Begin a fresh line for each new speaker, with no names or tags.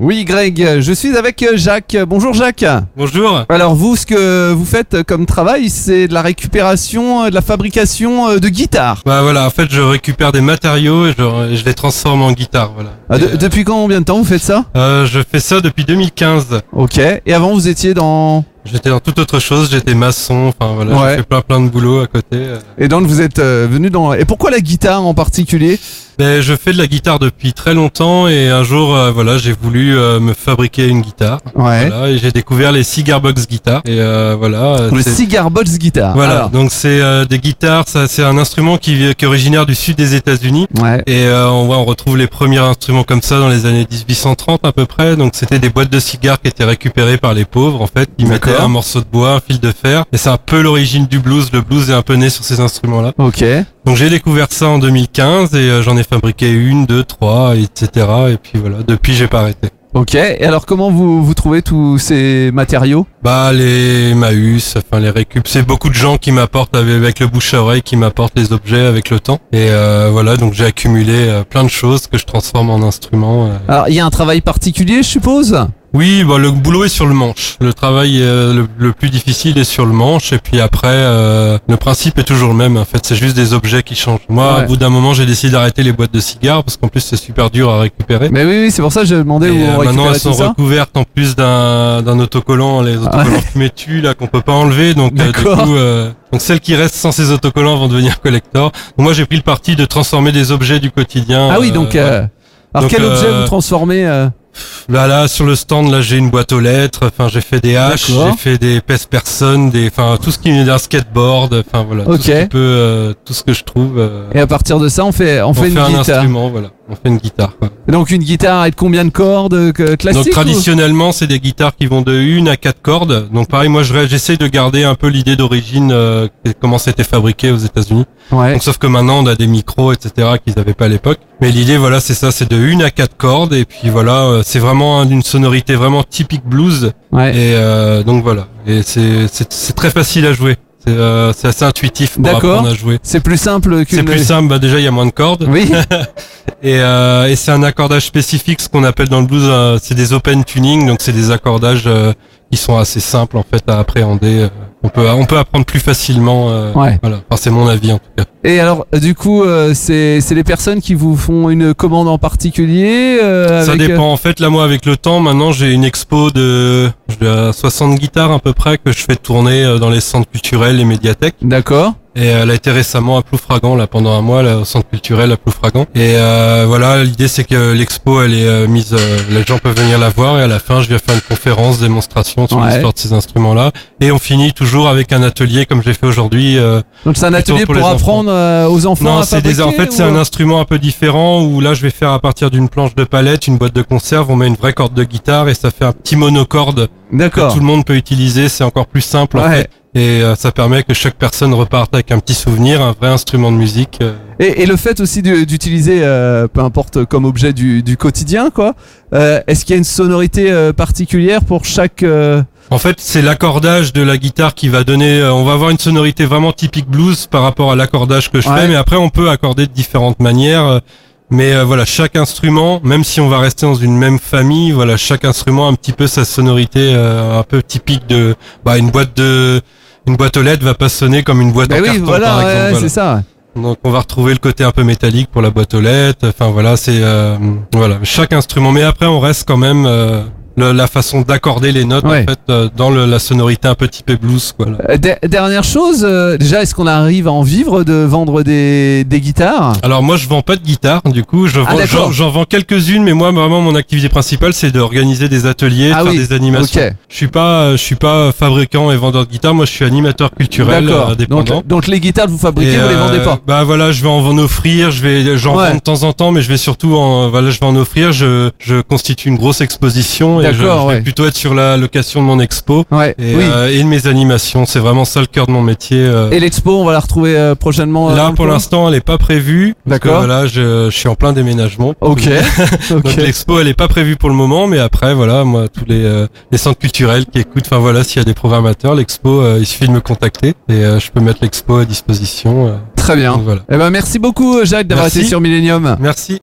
Oui, Greg, je suis avec euh, Jacques. Bonjour, Jacques.
Bonjour.
Alors, vous, ce que vous faites comme travail, c'est de la récupération, euh, de la fabrication euh, de guitares.
Bah voilà, en fait, je récupère des matériaux et je, je les transforme en guitare. Voilà.
Ah, de-
Et, euh,
depuis combien de temps vous faites ça
euh, je fais ça depuis 2015.
Ok. Et avant, vous étiez dans.
J'étais dans toute autre chose. J'étais maçon. Enfin voilà,
Ouais.
j'ai fait plein plein de boulot à côté. euh.
Et donc, vous êtes euh, venu dans. Et pourquoi la guitare en particulier
Mais je fais de la guitare depuis très longtemps et un jour, euh, voilà, j'ai voulu euh, me fabriquer une guitare.
Ouais.
Voilà, et j'ai découvert les cigar box guitare. Et euh, voilà. euh,
Le
c'est-
Cigar Box Guitar.
Voilà,
Alors,
donc c'est euh, des guitares, ça c'est un instrument qui, qui est originaire du sud des États-Unis
ouais.
et euh, on voit on retrouve les premiers instruments comme ça dans les années 1830 à peu près. Donc c'était des boîtes de cigares qui étaient récupérées par les pauvres en fait, ils mettaient
D'accord.
un morceau de bois, un fil de fer et c'est un peu l'origine du blues, le blues est un peu né sur ces instruments-là.
Ok.
Donc j'ai découvert ça en 2015 et euh, j'en ai fabriqué une, deux, trois, etc. Et puis voilà, depuis j'ai pas arrêté.
Ok. Et alors, comment vous, vous trouvez tous ces matériaux
Bah les Maüs, enfin les récup, c'est beaucoup de gens qui m'apportent avec, avec le bouche à oreille, qui m'apportent les objets avec le temps. Et euh, voilà, donc j'ai accumulé euh, plein de choses que je transforme en instruments. euh.
Alors, il y a un travail particulier, je suppose
Oui, bah le boulot est sur le manche. Le travail euh, le, le plus difficile est sur le manche. Et puis après, euh, le principe est toujours le même. En fait, c'est juste des objets qui changent. Moi,
Ouais.
au bout d'un moment, j'ai décidé d'arrêter les boîtes de cigares parce qu'en plus c'est super dur à récupérer.
Mais oui, oui, c'est pour ça que je demandais où
Et,
on
euh, maintenant
récupérait
elles sont
tout ça. Ah
recouvertes en plus d'un d'un autocollant, les autocollants fumés dessus là qu'on peut pas enlever, donc euh, du
D'accord.
coup euh, donc celles qui restent sans ces autocollants vont devenir collector. Donc, moi j'ai pris le parti de transformer des objets du quotidien.
Ah oui,
euh,
donc.
ouais.
euh, Alors,
Donc,
quel objet
euh,
vous transformez euh,
là Bah là sur le stand là j'ai une boîte aux lettres, enfin j'ai fait des haches,
D'accord.
j'ai fait des pèse personnes, des enfin tout ce qui est d'un skateboard, enfin voilà
Ok.
tout ce qui peut euh, tout ce que je trouve. euh,
Et à partir de ça, on fait, on fait une
un
guitare.
instrument, voilà. On fait une guitare. quoi.
Et donc une guitare avec combien de cordes euh, que-
Donc
classiques ou-
traditionnellement, c'est des guitares qui vont de une à quatre cordes. Donc pareil, moi je ré- j'essaie de garder un peu l'idée d'origine, euh, et comment c'était fabriqué aux États-Unis.
Ouais.
Donc sauf que maintenant on a des micros, etc. qu'ils n'avaient pas à l'époque. Mais l'idée, voilà, c'est ça, c'est de une à quatre cordes. Et puis voilà, euh, c'est vraiment un- une sonorité vraiment typique blues.
ouais.
Et euh, donc voilà, et c'est c'est- c'est très facile à jouer. C'est euh, c'est assez intuitif pour
D'accord.
apprendre à jouer.
C'est plus simple qu'une.
C'est plus simple, bah déjà il y a moins de cordes.
Oui.
Et, euh, et c'est un accordage spécifique, ce qu'on appelle dans le blues, euh, c'est des open tuning, donc c'est des accordages euh, qui sont assez simples en fait à appréhender. euh, On peut on peut apprendre plus facilement. euh,
Ouais.
Voilà, enfin, c'est mon avis en tout cas.
Et alors, du coup, euh, c'est c'est les personnes qui vous font une commande en particulier. euh,
Ça
avec, euh,
dépend en fait. Là moi avec le temps, maintenant j'ai une expo de j'ai, euh, 60 guitares à peu près que je fais tourner euh, dans les centres culturels et médiathèques.
D'accord.
Et euh, elle a été récemment à Ploufragan là pendant un mois là, au centre culturel à Ploufragan. Et euh, voilà, l'idée c'est que l'expo elle est euh, mise, euh, les gens peuvent venir la voir et à la fin je vais faire une conférence, démonstration sur
Ouais.
l'histoire de ces instruments là. Et on finit toujours avec un atelier comme j'ai fait aujourd'hui. euh,
Donc c'est un
Plutôt
atelier
pour
pour,
les
apprendre euh, aux enfants
Non,
à
c'est des, en
fabriquer
fait c'est
ou-
un instrument un peu différent où là je vais faire à partir d'une planche de palette, une boîte de conserve, on met une vraie corde de guitare et ça fait un petit monocorde que
D'accord.
tout le monde peut utiliser. C'est encore plus simple en
Ouais.
fait. Et euh, ça permet que chaque personne reparte avec un petit souvenir, un vrai instrument de musique. euh,
Et, et le fait aussi de- d'utiliser, euh, peu importe comme objet du, du quotidien, quoi. euh, Est-ce qu'il y a une sonorité euh, particulière pour chaque euh,
En fait, c'est l'accordage de la guitare qui va donner. euh, on va avoir une sonorité vraiment typique blues par rapport à l'accordage que je
Ouais.
fais, mais après on peut accorder de différentes manières. euh, mais euh, voilà, chaque instrument, même si on va rester dans une même famille, voilà, chaque instrument a un petit peu sa sonorité euh, un peu typique de. Bah, une boîte de. Une boîte aux lettres va pas sonner comme une boîte
Bah
en
oui,
carton,
voilà,
par
ouais,
exemple.
ouais,
voilà.
c'est ça.
Donc on va retrouver le côté un peu métallique pour la boîte aux lettres. Enfin voilà, c'est euh, voilà chaque instrument. Mais après on reste quand même euh, le- la façon d'accorder les notes
Ouais.
en fait euh, dans le- la sonorité un peu typée blues quoi. là.
Euh, de- dernière chose, euh, déjà, est-ce qu'on arrive à en vivre de vendre des, des guitares
Alors moi je vends pas de guitare, du coup je
Ah,
vends-
d'accord.
j'en j'en vends quelques-unes, mais moi vraiment mon activité principale c'est d'organiser des ateliers,
Ah
faire
oui,
des animations.
Ok,
Je suis pas euh, je suis pas fabricant et vendeur de guitare, moi je suis animateur culturel euh,
d'accord.
indépendant.
Donc, donc les guitares que vous fabriquez,
Et,
vous les
euh,
vendez pas
Bah voilà, je vais en en offrir, je vais j'en
Ouais.
vends de temps en temps, mais je vais surtout en voilà, je vais en offrir. Je je constitue une grosse exposition et je, je vais
D'accord, ouais.
plutôt être sur la location de mon expo
Ouais.
et,
oui.
euh, et de mes animations. C'est vraiment ça le cœur de mon métier. euh.
Et l'expo, on va la retrouver euh, prochainement. euh, dans
Là
le
pour
coin
l'instant, elle est pas prévue. parce que,
D'accord.
Voilà, je, je suis en plein déménagement.
Ok. ok.
Donc l'expo elle est pas prévue pour le moment, mais après voilà moi tous les euh, les centres culturels qui écoutent, enfin voilà s'il y a des programmateurs, l'expo euh, il suffit de me contacter et euh, je peux mettre l'expo à disposition. euh.
Très bien.
donc voilà.
Eh ben, merci beaucoup, Jacques, d'avoir
Merci.
été sur Millennium.
Merci.